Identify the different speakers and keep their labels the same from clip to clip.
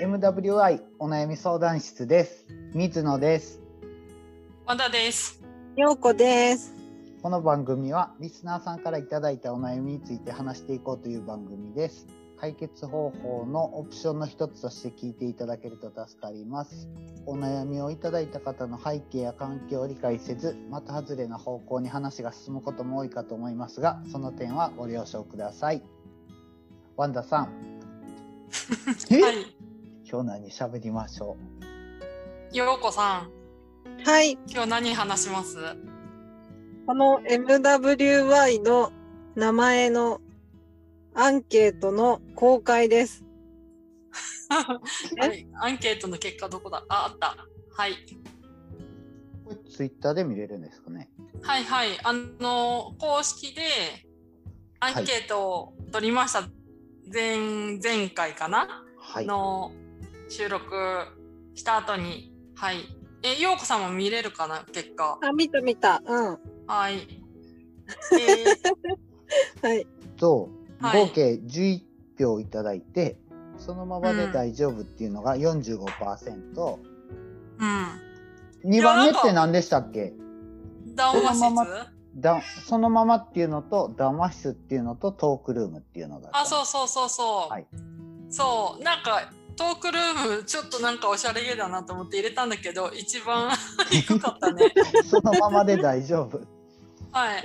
Speaker 1: MWI お悩み相談室です水野です
Speaker 2: 和田です。
Speaker 3: ようこです。
Speaker 1: この番組はリスナーさんからいただいたお悩みについて話していこうという番組です解決方法のオプションの一つとして聞いていただけると助かりますお悩みをいただいた方の背景や環境を理解せず的外れな方向に話が進むことも多いかと思いますがその点はご了承くださいワンダ さんえ
Speaker 2: はい。
Speaker 1: 今日何喋りましょう
Speaker 2: ようこさん、
Speaker 3: はい、
Speaker 2: 今日何話します？
Speaker 3: この MWI の名前のアンケートの公開です。
Speaker 2: はい。アンケートの結果どこだ？あ、あった。はい。
Speaker 1: これツイッターで見れるんですかね
Speaker 2: はいはい。あの公式でアンケートを取りました。前前回かな、
Speaker 1: はい
Speaker 2: の収録した後に、はい。え、ようこさんも見れるかな結果。
Speaker 3: あ、見た見た。うん。
Speaker 2: はい。 え
Speaker 3: はい。
Speaker 1: と、
Speaker 2: はい
Speaker 1: 合計11票いただいてそのままで
Speaker 2: うん
Speaker 1: 大丈夫っていうのが45%、
Speaker 2: ー、
Speaker 1: 2番目って何でしたっけ
Speaker 2: うん。談話室
Speaker 1: そのまだそのままっていうのと談話室っていうのとトークルームっていうのだった
Speaker 2: あ、そうそうそうそう。
Speaker 1: はい
Speaker 2: そう、なんかトークルームちょっとなんかおしゃれげだなと思って入れたんだけど、一番 低かったね。
Speaker 1: そのままで大丈夫
Speaker 2: はい。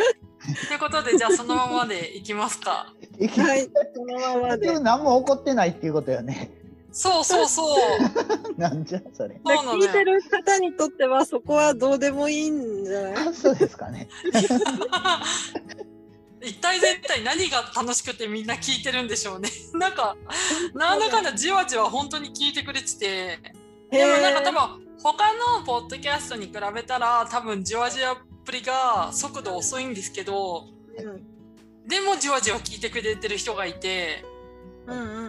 Speaker 2: ということで、じゃあそのままでいきますか。
Speaker 1: いき
Speaker 3: はい。そのままで
Speaker 1: でも。何も起こってないっていうことよね
Speaker 2: そうそうそう。
Speaker 1: なんじゃそれ
Speaker 2: そうなの
Speaker 3: 聞いて
Speaker 2: よ。
Speaker 3: る方にとってはそこはどうでもいいんじゃない
Speaker 1: あそうですかね
Speaker 2: 一体絶対何が楽しくてみんな聞いてるんでしょうね。 なんか、なんだかんだじわじわ本当に聞いてくれてて。でもなんか多分他のポッドキャストに比べたら多分じわじわっぷりが速度遅いんですけど
Speaker 3: へーうん
Speaker 2: でもじわじわ聞いてくれてる人がいて
Speaker 3: うんうんう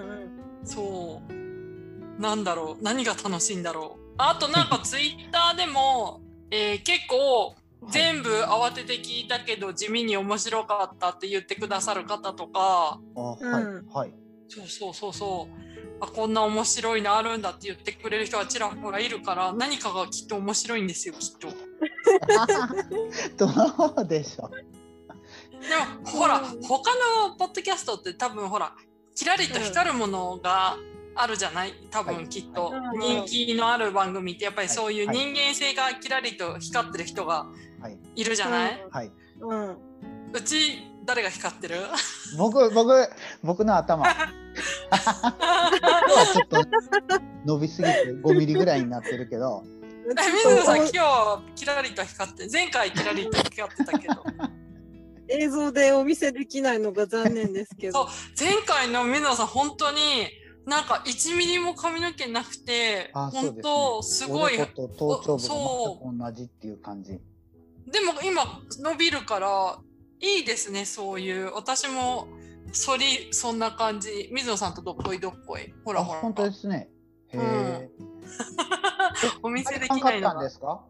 Speaker 3: ん。
Speaker 2: そうなんだろう何が楽しいんだろうあとなんかツイッターでも、えー結構全部慌てて聞いたけど地味に面白かったって言ってくださる方とか
Speaker 1: あはい、
Speaker 3: うん
Speaker 1: はい
Speaker 2: そうそうそうそうあこんな面白いのあるんだって言ってくれる人はちらほらいるから何かがきっと面白いんですよきっと。
Speaker 1: どうでしょ
Speaker 2: でもほら
Speaker 3: うん
Speaker 2: 他のポッドキャストって多分ほらキラリと光るものがあるじゃない多
Speaker 1: は
Speaker 2: 分
Speaker 1: い
Speaker 2: きっと、
Speaker 3: はい
Speaker 2: 人気のある番組ってやっぱりそういう
Speaker 1: はい
Speaker 2: 人間性がキラリと光ってる人が
Speaker 1: うはい
Speaker 2: いるじゃない、
Speaker 1: はいう
Speaker 2: うち誰が 光ってる
Speaker 1: 僕僕僕の頭今日はちょっと伸びすぎて5ミリぐらいになってるけど
Speaker 3: ん。
Speaker 2: 水野さん今日キラリと光って前回キラリと光ってたけど
Speaker 3: 映像でお見せできないのが残念ですけど。
Speaker 2: 前回の水野さん本当になんか1ミリも髪の毛なくて
Speaker 1: あそうです
Speaker 2: 本
Speaker 1: ね
Speaker 2: 当すごい
Speaker 1: 俺こと頭頂部が全く同じっていう感じ
Speaker 2: でも今伸びるからいいですねそういう私も反りそんな感じ水野さんとどっこいどっこいほ
Speaker 1: ほ
Speaker 2: らほら
Speaker 1: 本当ですねへ
Speaker 2: う
Speaker 1: え
Speaker 2: ん、お見せできな
Speaker 1: 買
Speaker 2: い
Speaker 1: っ
Speaker 2: の
Speaker 1: たんで
Speaker 2: が
Speaker 1: すか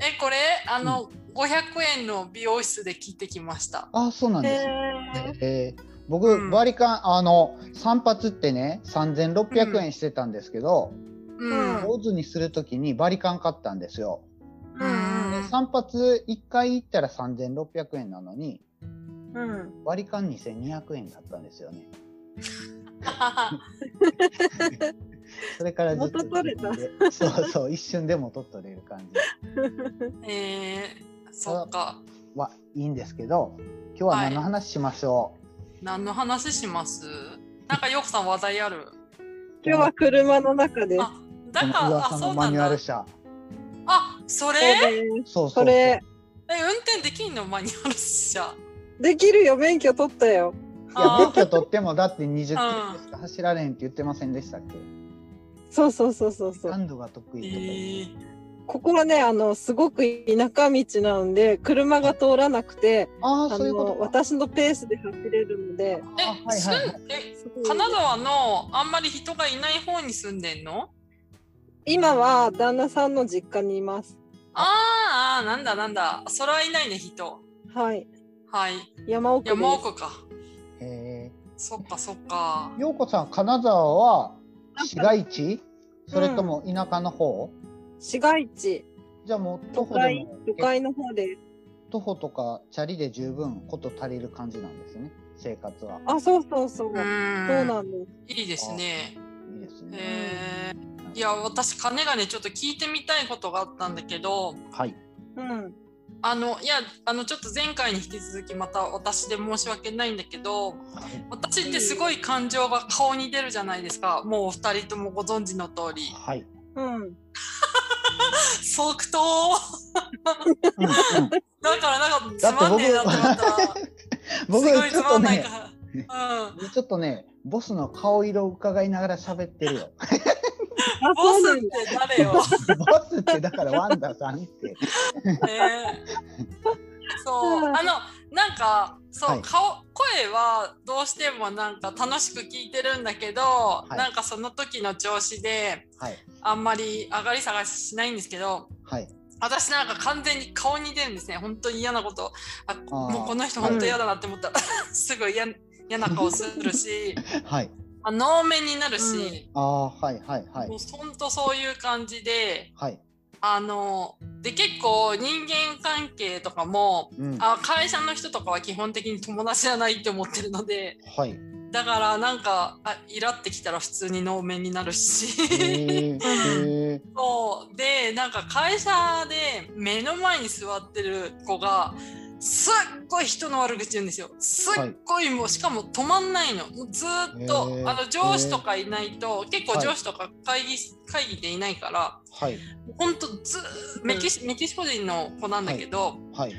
Speaker 2: えこれあの、500円の美容室で聞いてきました
Speaker 1: あそうなん
Speaker 3: へ
Speaker 1: です、え
Speaker 3: え。
Speaker 1: ー、僕、
Speaker 2: うん
Speaker 1: バリカンあの散髪ってね3600円してたんですけど、
Speaker 2: うん
Speaker 1: 坊主にするときにバリカン買ったんですよ、
Speaker 3: うん
Speaker 2: うん
Speaker 1: 散髪1回行ったら3600円なのに
Speaker 3: うん。
Speaker 1: バリカン2200円だったんですよねそれからずっと
Speaker 3: 元取れた
Speaker 1: 自分でそうそう一瞬でも取っとれる感じ
Speaker 2: えー、そっか
Speaker 1: はいいんですけど今日は何の話しましょ
Speaker 2: 何の話しますなんかよくさん話題ある
Speaker 3: 今日は車の中です。
Speaker 2: あだ
Speaker 1: う、この
Speaker 2: からあ
Speaker 1: 噂
Speaker 2: そ
Speaker 1: の
Speaker 2: う
Speaker 1: マ
Speaker 2: なん
Speaker 1: ニュア
Speaker 2: だ
Speaker 1: ル車
Speaker 2: あそれ
Speaker 3: そう
Speaker 2: え
Speaker 3: です
Speaker 1: そうそうそう
Speaker 3: これ
Speaker 2: 運転できんのマニュアル車
Speaker 3: できるよ免許取ったよ
Speaker 1: いや
Speaker 2: あー
Speaker 1: 免許取ってもだって20キロしか走られへんって言ってませんでしたっけ
Speaker 3: そうそうそうそうそう
Speaker 1: 感度が得
Speaker 2: え
Speaker 1: 意とか言って、
Speaker 2: ー
Speaker 3: ここはねあのすごく田舎道なんで車が通らなくて
Speaker 1: ああ
Speaker 3: あ
Speaker 1: そういうこ
Speaker 3: の
Speaker 1: とか
Speaker 3: 私のペースで走れるので
Speaker 2: え、
Speaker 1: あはいはいはい
Speaker 2: 住んえ
Speaker 3: すごい
Speaker 2: 神奈川のあんまり人がいない方に住んでんの
Speaker 3: 今は旦那さんの実家にいます
Speaker 2: あーあーなんだなんだそれはいないね人
Speaker 3: はい
Speaker 2: はい
Speaker 3: 山奥です
Speaker 2: 山奥か
Speaker 1: へ
Speaker 2: そっかそっか
Speaker 1: え陽子さん金沢は市街地それとも田舎の方、
Speaker 3: 市街地、
Speaker 1: じゃあもう徒
Speaker 3: 都
Speaker 1: 歩で
Speaker 3: 会
Speaker 1: も、
Speaker 3: 都会の方です。
Speaker 1: 徒歩とかチャリで十分こと足りる感じなんですね生活は
Speaker 3: あ、そうそうそう。
Speaker 2: う
Speaker 3: そうんなんです。
Speaker 2: いいですね。
Speaker 1: いいですね
Speaker 2: えー、いや私金がねちょっと聞いてみたいことがあったんだけど
Speaker 1: はい
Speaker 3: うん。
Speaker 2: あのいやあのちょっと前回に引き続きまた私で申し訳ないんだけど
Speaker 1: はい
Speaker 2: 私ってすごい感情が顔に出るじゃないですかもうお二人ともご存知の通り
Speaker 1: はい、
Speaker 3: うん。
Speaker 2: 即答
Speaker 1: うんうん、
Speaker 2: だからなんかつまんねえなって思ったら
Speaker 1: 僕
Speaker 2: すごい
Speaker 1: ち
Speaker 2: つ
Speaker 1: ょっ
Speaker 2: ま
Speaker 1: と
Speaker 2: んない
Speaker 1: ね
Speaker 2: から。うん
Speaker 1: ちょっとねボスの顔色を伺いながら喋って るよ
Speaker 3: あ、
Speaker 2: ボ
Speaker 3: そ
Speaker 2: スっ
Speaker 3: うなんだ。
Speaker 2: て誰よ。
Speaker 1: ボスってだからワンダさんって
Speaker 2: ね、そう
Speaker 3: うん
Speaker 2: あのなんかそう、
Speaker 1: はい
Speaker 2: 顔声はどうしてもなんか楽しく聞いてるんだけど、
Speaker 1: い
Speaker 2: なんかその時の調子で
Speaker 1: はい
Speaker 2: あんまり上がり下がりしないんですけど
Speaker 1: はい
Speaker 2: 私なんか完全に顔に出るんですね本当に嫌なことあ
Speaker 1: あー
Speaker 2: もうこの人本当嫌だなって思ったら、 すぐ嫌嫌な顔するし
Speaker 1: はい
Speaker 2: あ能面になるし、
Speaker 1: ああはいはいはい
Speaker 2: もう本当そういう感じで
Speaker 1: はい
Speaker 2: あので結構人間関係とかも
Speaker 1: うん
Speaker 2: あ会社の人とかは基本的に友達じゃないって思ってるので
Speaker 1: はい
Speaker 2: だからなんかあイラってきたら普通に能面になる
Speaker 1: へ
Speaker 2: し
Speaker 1: ーへー
Speaker 2: そうでなんか会社で目の前に座ってる子がすっごい人の悪口言うんですよすっごいもうしかも止まんないのもうずーっと、
Speaker 1: へー
Speaker 2: あの上司とかいないと結構上司とか会議,、会議でいないから
Speaker 1: はい
Speaker 2: ほんとずーメキシメキシコ人の子なんだけど、
Speaker 1: はい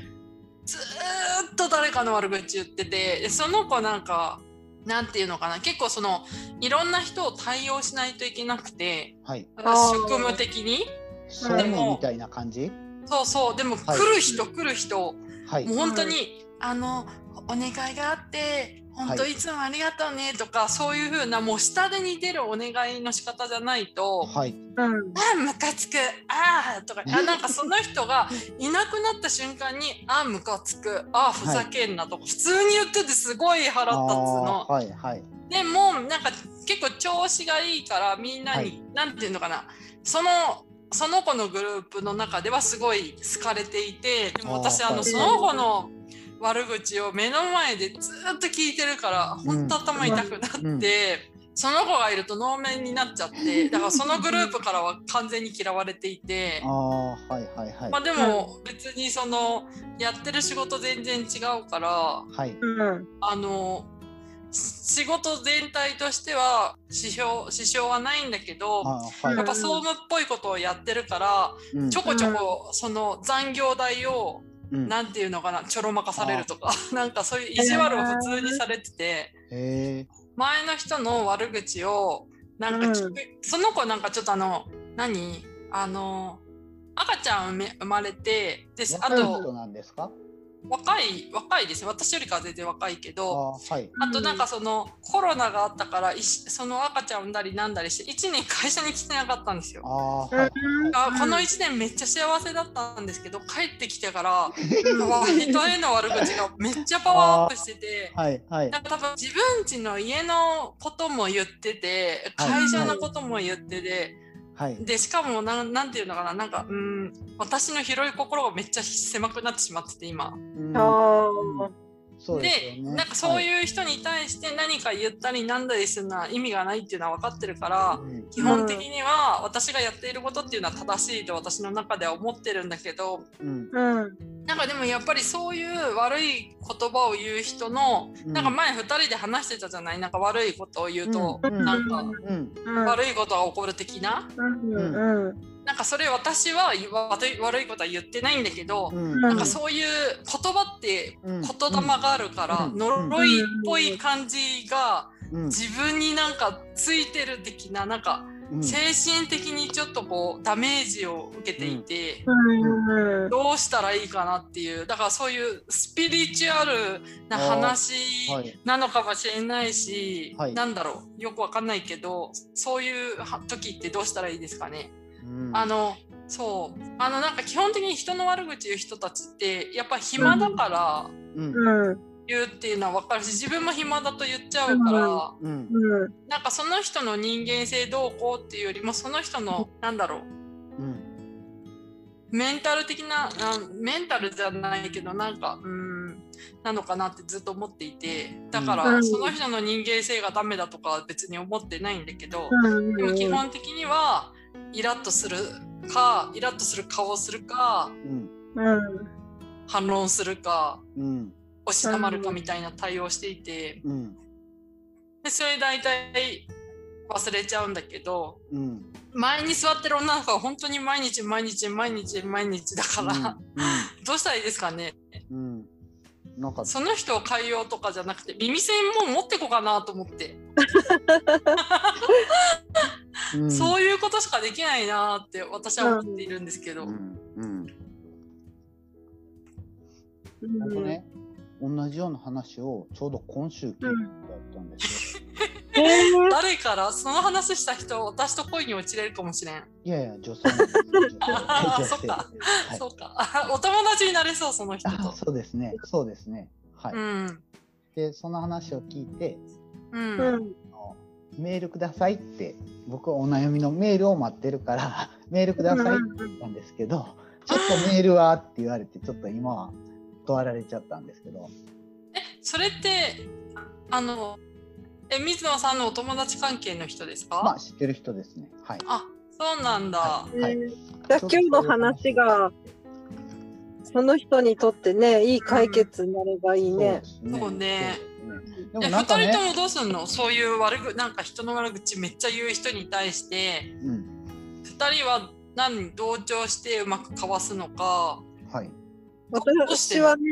Speaker 2: ずーっと誰かの悪口言っててでその子なんかなんていうのかな結構そのいろんな人を対応しないといけなくて
Speaker 1: はい
Speaker 3: あー
Speaker 2: 職務的に
Speaker 1: そうめんみたいな感じ
Speaker 2: そうそうでも来
Speaker 1: はい
Speaker 2: る人来る人、
Speaker 1: はい
Speaker 2: もう本当に、あのお願いがあって本当
Speaker 1: はい
Speaker 2: いつもありがとうねとか、そういう風なもう下手に出るお願いの仕方じゃないと、
Speaker 1: はい
Speaker 3: うん。
Speaker 2: あムカつくあーとかあなんかその人がいなくなった瞬間にあームカつくあーふざけんなとか、普通に言っててすごい腹立つ
Speaker 1: あ
Speaker 2: の
Speaker 1: ーはいはい
Speaker 2: でもなんか結構調子がいいからみんな
Speaker 1: は
Speaker 2: に、
Speaker 1: い
Speaker 2: なんていうのかなそのその子のグループの中ではすごい好かれていてでも私
Speaker 1: あー
Speaker 2: あの
Speaker 1: はい
Speaker 2: その子の悪口を目の前でずっと聞いてるから本当頭痛くなって、
Speaker 1: うんうん
Speaker 2: その子がいると能面になっちゃってだからそのグループからは完全に嫌われていて
Speaker 1: あ。あーはいはいはい
Speaker 2: まあでも別にそのやってる仕事全然違うから
Speaker 1: はい
Speaker 3: うん。
Speaker 2: あのし仕事全体としては指標支障はないんだけど
Speaker 1: あーはい
Speaker 2: やっぱ総務っぽいことをやってるから
Speaker 1: うん
Speaker 2: ちょこちょこその残業代を
Speaker 1: うん
Speaker 2: なんていうのかなちょろまかされるとか なんかそういう意地悪を普通にされてて
Speaker 1: へえ
Speaker 2: 前の人の悪口をなんか聞く、
Speaker 3: うん
Speaker 2: その子なんかちょっとあの何あの赤ちゃんめ生まれてであ
Speaker 1: 若い
Speaker 2: と
Speaker 1: 人なんですか
Speaker 2: 若い若いですね私よりかは全然若いけ
Speaker 1: あ
Speaker 2: ど
Speaker 1: ーはい
Speaker 2: あとなんかそのコロナがあったからいしその赤ちゃん産んだりなんだりして1年会社に来てなかったんですよ。
Speaker 1: あーはい
Speaker 2: あこの1年めっちゃ幸せだったんですけど帰ってきてから人への悪口がめっちゃパワーアップしてて。
Speaker 1: はいはい
Speaker 2: なんか多分自分家の家のことも言ってて
Speaker 1: はい
Speaker 2: 会社のことも言ってて、
Speaker 1: はい
Speaker 2: でしかもなんなんていうのかななんかうん私の広い心がめっちゃ狭くなってしまってて今。
Speaker 1: うん
Speaker 3: ああ。
Speaker 1: そう
Speaker 2: で
Speaker 1: ですよね
Speaker 2: なんかそう
Speaker 1: う
Speaker 2: いう人に対して何か言ったりなんだりするのは意味がないっていうのは分かってるから
Speaker 1: ん
Speaker 2: 基本的には私がやっていることっていうのは正しいと私の中では思ってるんだけど
Speaker 1: うん
Speaker 3: うん。
Speaker 2: なんかでもやっぱりそういう悪い言葉を言う人の
Speaker 1: うん
Speaker 2: なんか前2人で話してたじゃないなんか悪いことを言うと
Speaker 1: うん
Speaker 2: なんか
Speaker 1: うん
Speaker 3: うん。
Speaker 2: 悪いことが起こる的な
Speaker 3: うん。うん。
Speaker 2: なんかそれ私は悪い悪いことは言ってないんだけど
Speaker 1: うん
Speaker 2: なんかそういう言葉って
Speaker 1: うん
Speaker 2: 言霊があるから、
Speaker 1: うん
Speaker 2: 呪いっぽい感じが
Speaker 1: うん
Speaker 2: 自分になんかついてる的ななんか
Speaker 1: うん
Speaker 2: 精神的にちょっとこうダメージを受けていて、
Speaker 3: うん。
Speaker 2: どうしたらいいかなっていうだからそういうスピリチュアルな話
Speaker 1: はい
Speaker 2: なのかもしれないし、
Speaker 1: はい
Speaker 2: なんだろうよくわかんないけどそういうは時ってどうしたらいいですかね
Speaker 1: うん
Speaker 2: あのそうあのなんか基本的に人の悪口言う人たちってやっぱ暇だから。
Speaker 1: うん
Speaker 3: うん。
Speaker 2: 言うっていうのは分かるし自分も暇だと言っちゃうから、
Speaker 1: うん
Speaker 3: うん、
Speaker 2: なんかその人の人間性どうこうっていうよりもその人のなんだろ
Speaker 1: うん
Speaker 2: うメンタル的なあメンタルじゃないけどなんかうんなのかなってずっと思っていてだから、
Speaker 3: うん
Speaker 2: その人の人間性がダメだとかは別に思ってないんだけど、
Speaker 3: うん、
Speaker 2: でも基本的にはイラッとするかイラッとする顔をするか
Speaker 1: うん
Speaker 3: うん、
Speaker 2: 反論するか
Speaker 1: うん
Speaker 2: 押し黙るかみたいな対応をしていて
Speaker 1: うん
Speaker 2: でそれ大体忘れちゃうんだけど
Speaker 1: うん
Speaker 2: 前に座ってる女の子は本当に毎日毎日毎日毎日だから、どうしたらいいですかね
Speaker 1: うんうんなんか
Speaker 2: その人を変えようとかじゃなくて耳栓も持ってこうかなと思って、
Speaker 1: うん
Speaker 2: そういうことしかできないなって私は思っているんですけど。
Speaker 1: うんうん
Speaker 3: うん
Speaker 1: 僕ね、同じような話をちょうど今週聞いてったんですよ。
Speaker 3: えー
Speaker 2: 誰からその話した人私と恋に落ちれるかもしれん、
Speaker 1: いやいや、女性なんですよ。女性
Speaker 2: あー
Speaker 1: 女性
Speaker 2: そっか
Speaker 1: はい
Speaker 2: そうか お友達になれそうその人
Speaker 1: あ
Speaker 2: と
Speaker 1: そうですね、そうですね。はい。
Speaker 2: うん
Speaker 1: で、その話を聞いて、
Speaker 2: う
Speaker 3: うんん、
Speaker 1: あのメールくださいって、僕はお悩みのメールを待ってるから、 メールくださいって言ったんですけど、ちょっとメールはって言われて、ちょっと今は断られちゃったんですけど、
Speaker 2: それってあのえ水野さんのお友達関係の人ですか、
Speaker 1: まあ知ってる人ですね。はい。
Speaker 2: あそうなんだ、
Speaker 1: はいはい
Speaker 3: じゃあ今日の話がその人にとってねいい解決になればいいね。
Speaker 2: そうね
Speaker 1: そうですねで
Speaker 2: え
Speaker 1: も
Speaker 2: 二
Speaker 1: なんか
Speaker 2: 人と
Speaker 1: ね、
Speaker 2: もどうすんのそういう悪ぐなんか人の悪口めっちゃ言う人に対して
Speaker 1: うん、
Speaker 2: 二人は何同調してうまくかわすのか
Speaker 1: はい。
Speaker 3: 私はね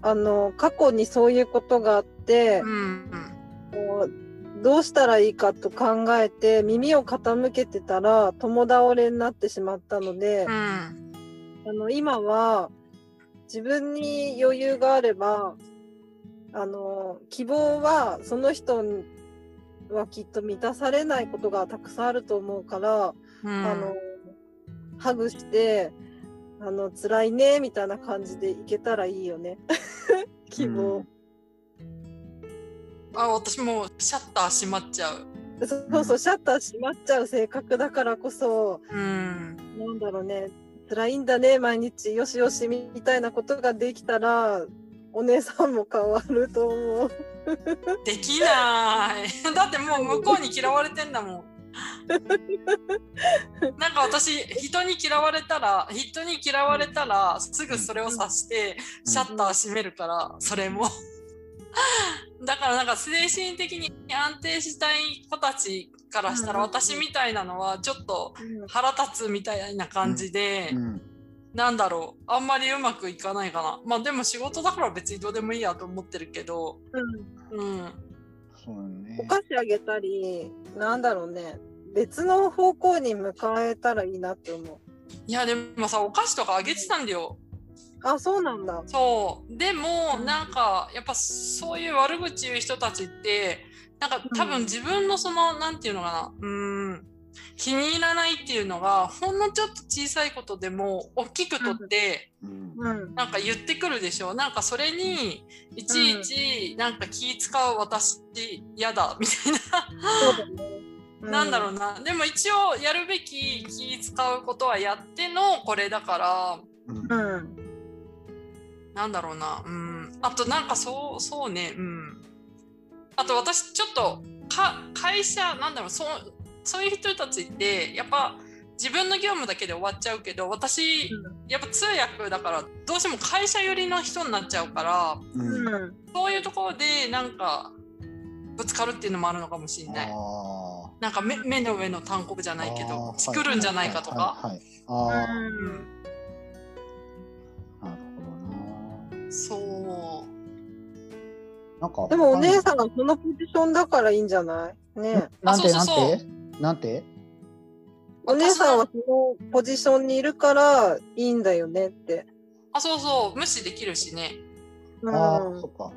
Speaker 3: あの過去にそういうことがあって
Speaker 2: う、ん
Speaker 3: こうどうしたらいいかと考えて耳を傾けてたら共倒れになってしまったので
Speaker 2: う、ん
Speaker 3: あの今は自分に余裕があればあの希望はその人はきっと満たされないことがたくさんあると思うから、
Speaker 2: うん
Speaker 3: あのハグしてあの辛いねみたいな感じでいけたらいいよね 希望、
Speaker 2: あ私もうシャッター閉まっちゃう
Speaker 3: そそうそうシャッター閉まっちゃう性格だからこそ
Speaker 2: うん
Speaker 3: なんだろうね辛いんだね毎日よしよしみたいなことができたらお姉さんも変わると思う。
Speaker 2: できない。 だってもう向こうに嫌われてん だもん。なんか私人に嫌われたら人に嫌われたらすぐそれを察して
Speaker 1: うん
Speaker 2: シャッター閉めるからそれも。 だからなんか精神的に安定したい子たちからしたら
Speaker 3: うん
Speaker 2: 私みたいなのはちょっと
Speaker 3: うん
Speaker 2: 腹立つみたいな感じで
Speaker 1: うんうん
Speaker 2: なんだろうあんまりうまくいかないかなまあでも仕事だから別にどうでもいいやと思ってるけど
Speaker 3: うん
Speaker 2: うん
Speaker 1: そうよね
Speaker 3: お。菓子あげたり、なんだろうね、別の方向に向かえたらいいなって思う。
Speaker 2: いやでもさお菓子とかあげてたんだよ
Speaker 3: あ、そうなんだ。
Speaker 2: そうでも
Speaker 3: うん
Speaker 2: なんかやっぱそういう悪口言う人たちってなんか多
Speaker 3: う
Speaker 2: 分
Speaker 3: ん
Speaker 2: 自分のそのなんていうのかなうーん気に入らないっていうのがほんのちょっと小さいことでも大きくとって
Speaker 1: うん
Speaker 3: うん。
Speaker 2: なんか言ってくるでしょなんかそれにいちいちなんか気使う私嫌だみたいな
Speaker 3: そうだね。う
Speaker 2: なんだろうなでも一応やるべき気使うことはやってのこれだから
Speaker 1: うん
Speaker 3: うん。
Speaker 2: なんだろうな、うん、あとなんかそう、そうね、うん。あと私ちょっとか会社なんだろうそうそういう人たちってやっぱ自分の業務だけで終わっちゃうけど私やっぱ通訳だからどうしても会社寄りの人になっちゃうから
Speaker 1: うん
Speaker 3: うん。
Speaker 2: そういうところでなんかぶつかるっていうのもあるのかもしれない
Speaker 1: あ
Speaker 2: なんか目目の上の単行部じゃ
Speaker 1: ー
Speaker 2: ないけ
Speaker 1: あ
Speaker 2: ど
Speaker 1: ー
Speaker 2: 作るんじゃないかとか、
Speaker 1: はいはいはいはいあ
Speaker 2: うん、
Speaker 1: あ、なるほどな。
Speaker 2: そう
Speaker 1: なんか
Speaker 3: でもお姉さんがこのポジションだからいいんじゃないね。
Speaker 1: な
Speaker 2: あ
Speaker 1: ん
Speaker 2: そ
Speaker 1: て
Speaker 2: う
Speaker 1: な
Speaker 2: そ
Speaker 1: ん
Speaker 2: うそう
Speaker 1: てなんて
Speaker 3: お姉さんはそのポジションにいるからいいんだよねって。
Speaker 2: あそうそう無視できるしね
Speaker 3: うん。
Speaker 1: ああ、そっか。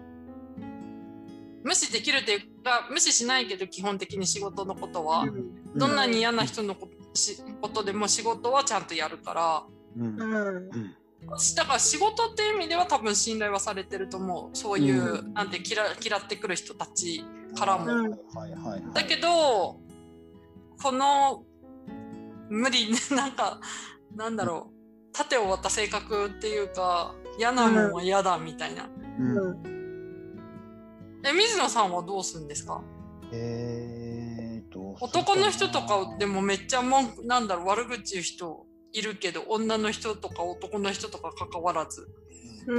Speaker 2: 無視できるっていうか無視しないけど基本的に仕事のことは、
Speaker 3: うん
Speaker 2: どんなに嫌な人のこしことでも仕事はちゃんとやるから
Speaker 1: うん
Speaker 3: うん。
Speaker 1: うん
Speaker 2: だから仕事っていう意味では多分信頼はされてると思うそういう、
Speaker 1: う
Speaker 2: なんて嫌嫌ってくる人たちからも。
Speaker 1: はいはいはいはい
Speaker 2: だけどこの無理 なんかなんだろう盾を割った性格っていうか嫌なもんは嫌だみたいな。
Speaker 1: うん
Speaker 3: うん
Speaker 2: え水野さんはどうするんですか
Speaker 1: えーっと
Speaker 2: 男の人とかでもめっちゃ文句なんだろう悪口言う人いるけど女の人とか男の人とか関わらず。
Speaker 3: う
Speaker 1: そ
Speaker 3: ん
Speaker 1: う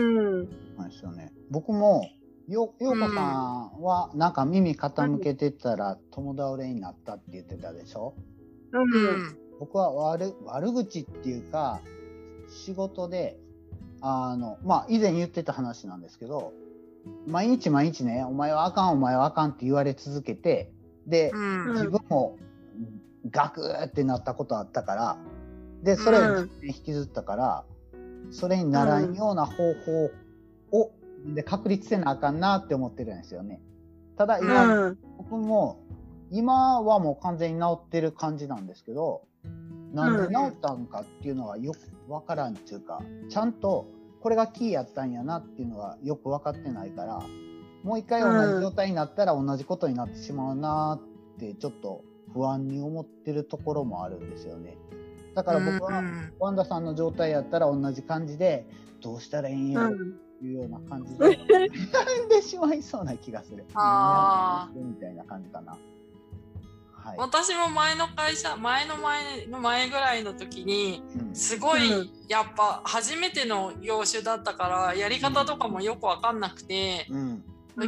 Speaker 1: なんですよね僕もよようこさんはなんか耳傾けてたら友倒れになったって言ってたでしょ
Speaker 2: う
Speaker 3: うん
Speaker 2: ん
Speaker 1: 僕は悪悪口っていうか仕事であのまあ以前言ってた話なんですけど毎日毎日ね「お前はあかんお前はあかん」って言われ続けてで、
Speaker 2: うん
Speaker 3: うん
Speaker 1: 自分もガクーってなったことあったからでそれを
Speaker 3: うん
Speaker 1: 引きずったから、それにならんような方法を、で確立せなあかんなって思ってるんですよね。ただ
Speaker 3: う
Speaker 1: 今、
Speaker 3: ん
Speaker 1: 僕も今はもう完全に治ってる感じなんですけどなんで治ったんかっていうのがよくわからんっていうかちゃんとこれがキーやったんやなっていうのがよく分かってないからもう一回同じ状態になったら同じことになってしまうなってちょっと不安に思ってるところもあるんですよね。だから僕
Speaker 2: う
Speaker 1: は
Speaker 2: ん
Speaker 1: ワンダさんの状態やったら同じ感じでどうしたらいいんやろっていうような感じで悩んでしまいそうな気がする。
Speaker 2: あー
Speaker 1: みたいな感じかな。はい。
Speaker 2: 私も前の会社前の前の前ぐらいの時に
Speaker 1: うん
Speaker 2: すごい
Speaker 3: うん
Speaker 2: やっぱ初めての業種だったからやり方とかもよく分かんなくて、
Speaker 1: うん。
Speaker 3: うん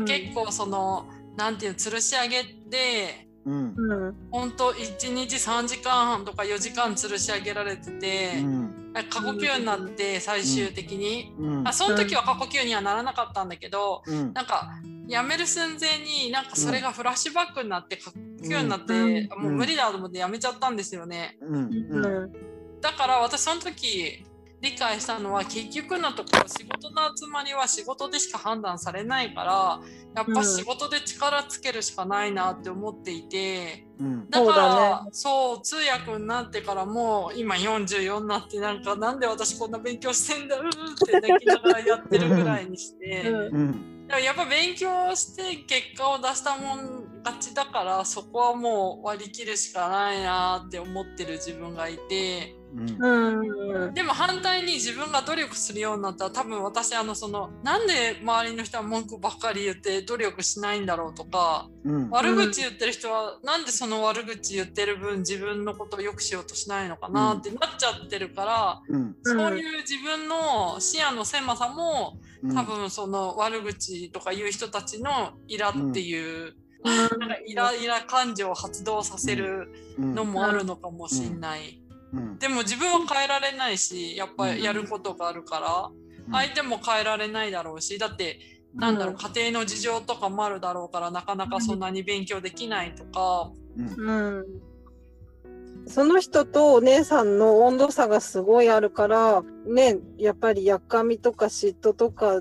Speaker 2: 結構そのなんていうの吊るし上げで
Speaker 1: うん。
Speaker 3: うん
Speaker 2: ほんと1日3時間半とか4時間吊るし上げられてて、
Speaker 1: うん。
Speaker 2: 過呼吸になって最終的に、
Speaker 1: うん
Speaker 2: あその時は過呼吸にはならなかったんだけど
Speaker 1: うん。
Speaker 2: なんか辞める寸前になんかそれがフラッシュバックになって過呼吸になって、
Speaker 3: う
Speaker 2: もう無理だと思って辞めちゃったんですよね。
Speaker 1: うん。
Speaker 3: う
Speaker 1: うん。
Speaker 3: ん
Speaker 2: だから私その時理解したのは結局のところ仕事の集まりは仕事でしか判断されないからやっぱ仕事で力つけるしかないなって思っていて
Speaker 1: うん。
Speaker 2: だから
Speaker 3: そう
Speaker 2: そう
Speaker 3: だ,、
Speaker 2: 通訳になってからもう今44になってなんかなんで私こんな勉強してんだうーって泣きながらやってるぐらいにして
Speaker 3: う
Speaker 2: で
Speaker 3: ん
Speaker 1: うん。
Speaker 2: もやっぱ勉強して結果を出したもん勝ちだからそこはもう割り切るしかないなって思ってる自分がいて。
Speaker 1: うん。
Speaker 3: うん
Speaker 2: でも反対に自分が努力するようになったら多分私あのそのなんで周りの人は文句ばっかり言って努力しないんだろうとか
Speaker 1: うん。
Speaker 2: 悪口言ってる人はなんでその悪口言ってる分自分のことを良くしようとしないのかなってなっちゃってるから、
Speaker 1: うん。
Speaker 2: そういう自分の視野の狭さも
Speaker 1: うん
Speaker 2: 多。分その悪口とか言う人たちのイラっていう、なんかイライラ感情を発動させる
Speaker 1: うん
Speaker 2: のもあるのかもしんない。
Speaker 1: うん。
Speaker 2: でも自分は変えられないしやっぱりやることがあるから、相手も変えられないだろうしだってなんだろう家庭の事情とかもあるだろうからなかなかそんなに勉強できないとか、
Speaker 1: うん。
Speaker 3: うんその人とお姉さんの温度差がすごいあるからねやっぱりやっかみとか嫉妬とか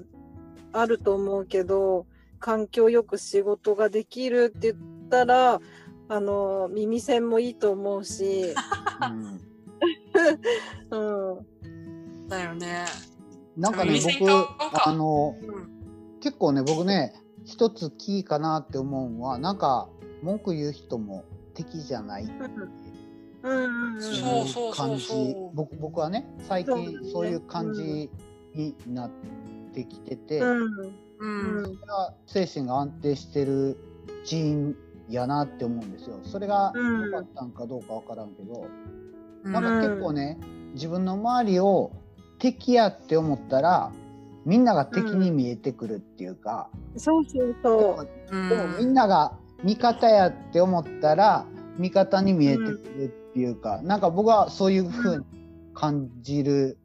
Speaker 3: あると思うけど環境よく仕事ができるって言ったらあの耳栓もいいと思うし、
Speaker 1: うん
Speaker 3: うん、
Speaker 2: だよね。
Speaker 1: なんかね、
Speaker 2: 店
Speaker 1: 僕
Speaker 2: に買おう、か
Speaker 1: あの、
Speaker 2: うん
Speaker 1: 結構ね、僕ね、一つキーかなって思うのは、なんか、文句言う人も敵じゃない
Speaker 3: うんうん
Speaker 1: そう
Speaker 2: そ
Speaker 1: いう
Speaker 2: そうそ
Speaker 1: 感
Speaker 2: う
Speaker 1: じ
Speaker 2: そう
Speaker 1: 僕僕はね最近
Speaker 3: そうだね
Speaker 1: そういう感じになってきてて、
Speaker 3: うん
Speaker 2: う
Speaker 3: うんん
Speaker 1: それが精神が安定してる人員やなって思うんですよそれが
Speaker 3: うん
Speaker 1: 良かったんかどうかわからんけど、
Speaker 2: うん
Speaker 1: なんか結構ね自分の周りを敵やって思ったらみんなが敵に見えてくるっていうか、
Speaker 3: そうそうそう
Speaker 2: うん
Speaker 1: でもみんなが味方やって思ったら味方に見えてくるっていうか、なんか僕はそういう風に感じる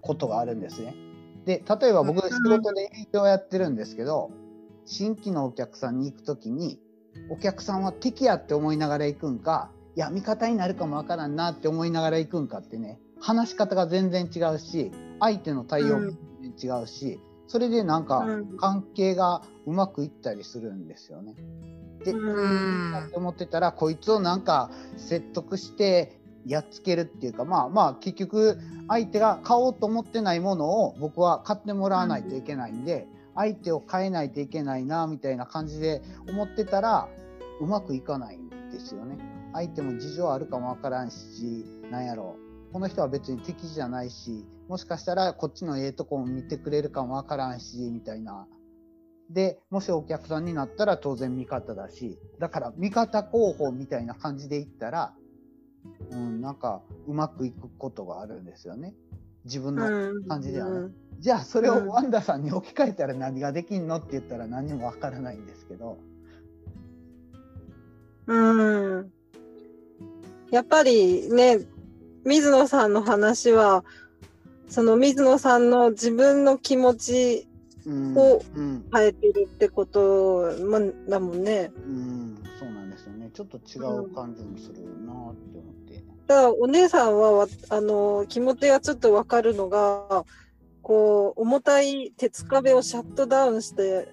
Speaker 1: ことがあるんですね。で例えば僕
Speaker 2: うん
Speaker 1: 仕事で営業やってるんですけど新規のお客さんに行く時にお客さんは敵やって思いながら行くんかいや味方になるかもわからんなって思いながら行くんかってね話し方が全然違うし相手の対応も全然違うし、それでなんか
Speaker 3: うん
Speaker 1: 関係がうまくいったりするんですよね。で、
Speaker 3: う
Speaker 2: うんん
Speaker 1: って思ってたらこいつをなんか説得してやっつけるっていうかまあまあ結局相手が買おうと思ってないものを僕は買ってもらわないといけないんで、相手を変えないといけないなみたいな感じで思ってたらうまくいかないんですよね。相手も事情あるかもわからんしなんやろうこの人は別に敵じゃないしもしかしたらこっちのええとこも見てくれるかもわからんしみたいな。でもしお客さんになったら当然味方だしだから味方候補みたいな感じでいったら、うん、なんかうまくいくことがあるんですよね自分の感じではね。
Speaker 3: うん
Speaker 1: じゃあそれ
Speaker 3: うん
Speaker 1: をワンダさんに置き換えたら何ができんのって言ったら何にもわからないんですけど、
Speaker 3: うんやっぱりね水野さんの話はその水野さんの自分の気持ち
Speaker 1: うん
Speaker 3: お
Speaker 1: うん
Speaker 3: 変えてるってことまだもんね。
Speaker 1: うん、そうなんですよねちょっと違う感じもするなって思って。
Speaker 3: ただお姉さんはわあの気持ちがちょっとわかるのがこう重たい鉄壁をシャットダウンして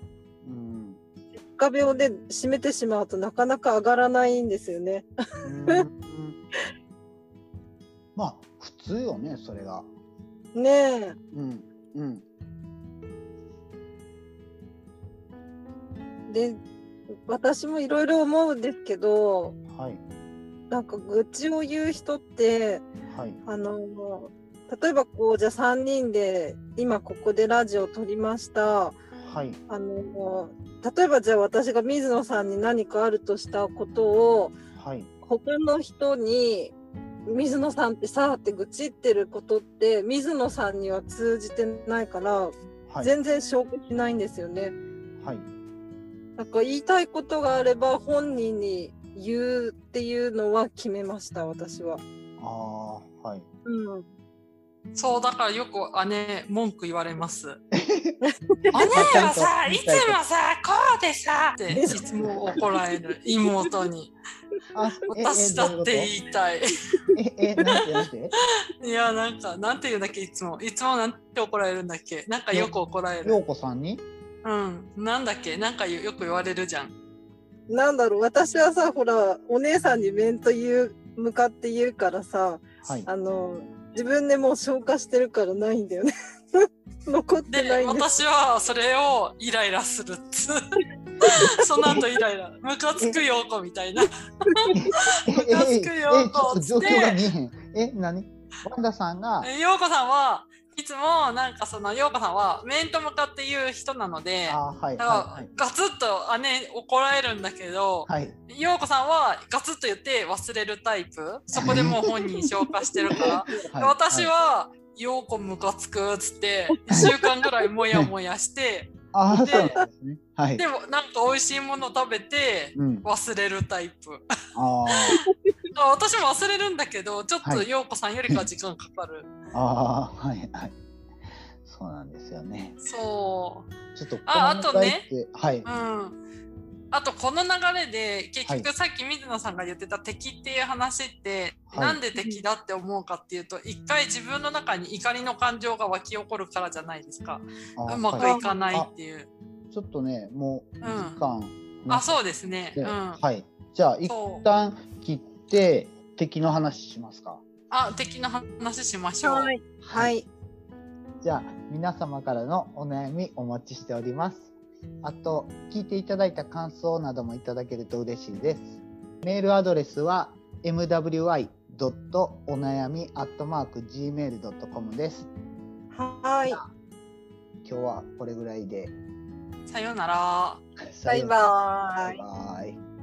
Speaker 1: うん
Speaker 3: 鉄壁をで締めてしまうとなかなか上がらないんですよね。
Speaker 1: うんまあ普通よねそれが。
Speaker 3: ねえ
Speaker 1: うんうん
Speaker 3: で私もいろいろ思うんですけど
Speaker 1: はい
Speaker 3: なんか愚痴を言う人って
Speaker 1: はい
Speaker 3: あの例えばこうじゃあ3人で今ここでラジオを撮りました
Speaker 1: はい
Speaker 3: あの例えばじゃあ私が水野さんに何かあるとしたことを
Speaker 1: はい。
Speaker 3: 他の人に水野さんってさーって愚痴ってることって水野さんには通じてないから
Speaker 1: はい、
Speaker 3: 全然証拠しないんですよね。
Speaker 1: はい、
Speaker 3: なんか言いたいことがあれば本人に言うっていうのは決めました私は。
Speaker 1: ああ、はい。
Speaker 3: うん、
Speaker 2: そうだからよく姉文句言われ ます。姉はさいつもさこうでさ っていつも怒られる妹に
Speaker 1: あ、え
Speaker 2: 私だって
Speaker 1: い。
Speaker 2: 言いたい。
Speaker 1: え、え、なんて、なんて。
Speaker 2: いやなんかなんて言うんだっけいつもいつもなんて怒られるんだっけなんかよく怒られ
Speaker 1: よう
Speaker 2: る。
Speaker 1: こさんに。
Speaker 2: うんなんだっけなんかよよく言われるじゃん。
Speaker 3: なんだろう私はさほらお姉さんに面と言う向かって言うからさ
Speaker 1: はい。
Speaker 3: あの自分でもう消化してるからないんだよね 残ってな
Speaker 2: で
Speaker 3: いんです
Speaker 2: 私はそれをイライラするっつ その後イライラムカつくようこみたいな
Speaker 1: え、え、え、え、ちょっと状況が見えへん。え、なに。ワンダさんが。
Speaker 2: ようこさんはいつもなんかそのようこさんは面と向かって言う人なので
Speaker 1: あ、はい。
Speaker 2: だか
Speaker 1: は
Speaker 2: ら
Speaker 1: い。
Speaker 2: ガツッと姉怒られるんだけど、
Speaker 1: はい。
Speaker 2: ようこさんはガツッと言って忘れるタイ プそこでもう本人消化してるから、
Speaker 1: はい
Speaker 2: 私。は、ようこムカつくっつって1週間ぐらいモヤモヤして
Speaker 1: ああ、そうなんですね。はい
Speaker 2: で。もなんか美味しいもの食べて
Speaker 1: うん。
Speaker 2: 忘れるタイプ
Speaker 1: あ
Speaker 2: あ私も忘れるんだけどちょっと
Speaker 1: はい
Speaker 2: ようこさんよりかは時間かかる、
Speaker 1: あ。ああ、はい。はい。そうなんですよね。
Speaker 2: そう
Speaker 1: ちょっと。
Speaker 2: ああとね。
Speaker 1: はい。
Speaker 2: うん、あとこの流れで結局さっき水野さんが言ってた敵っていう話って、
Speaker 1: はい
Speaker 2: なんで敵だって思うかっていうと一回自分の中に怒りの感情が湧き起こるからじゃないですか
Speaker 1: あ
Speaker 2: うまく
Speaker 1: はい
Speaker 2: いかないっていう
Speaker 1: ちょっとね、もう。時間。
Speaker 2: あそうですねう
Speaker 1: で
Speaker 2: ん
Speaker 1: はい。じゃあ、一
Speaker 2: そう
Speaker 1: 旦切って、敵の話しますか。
Speaker 2: あ敵の話しましょう
Speaker 3: はい、はい、
Speaker 1: じゃあ皆様からのお悩みお待ちしております。あと聞いていただいた感想などもいただけると嬉しいです。メールアドレスは mwy. お悩み gmail.com です。
Speaker 3: はい、
Speaker 1: 今日はこれぐらいで。
Speaker 2: さようなら
Speaker 3: バイバーイ。
Speaker 1: バイバイ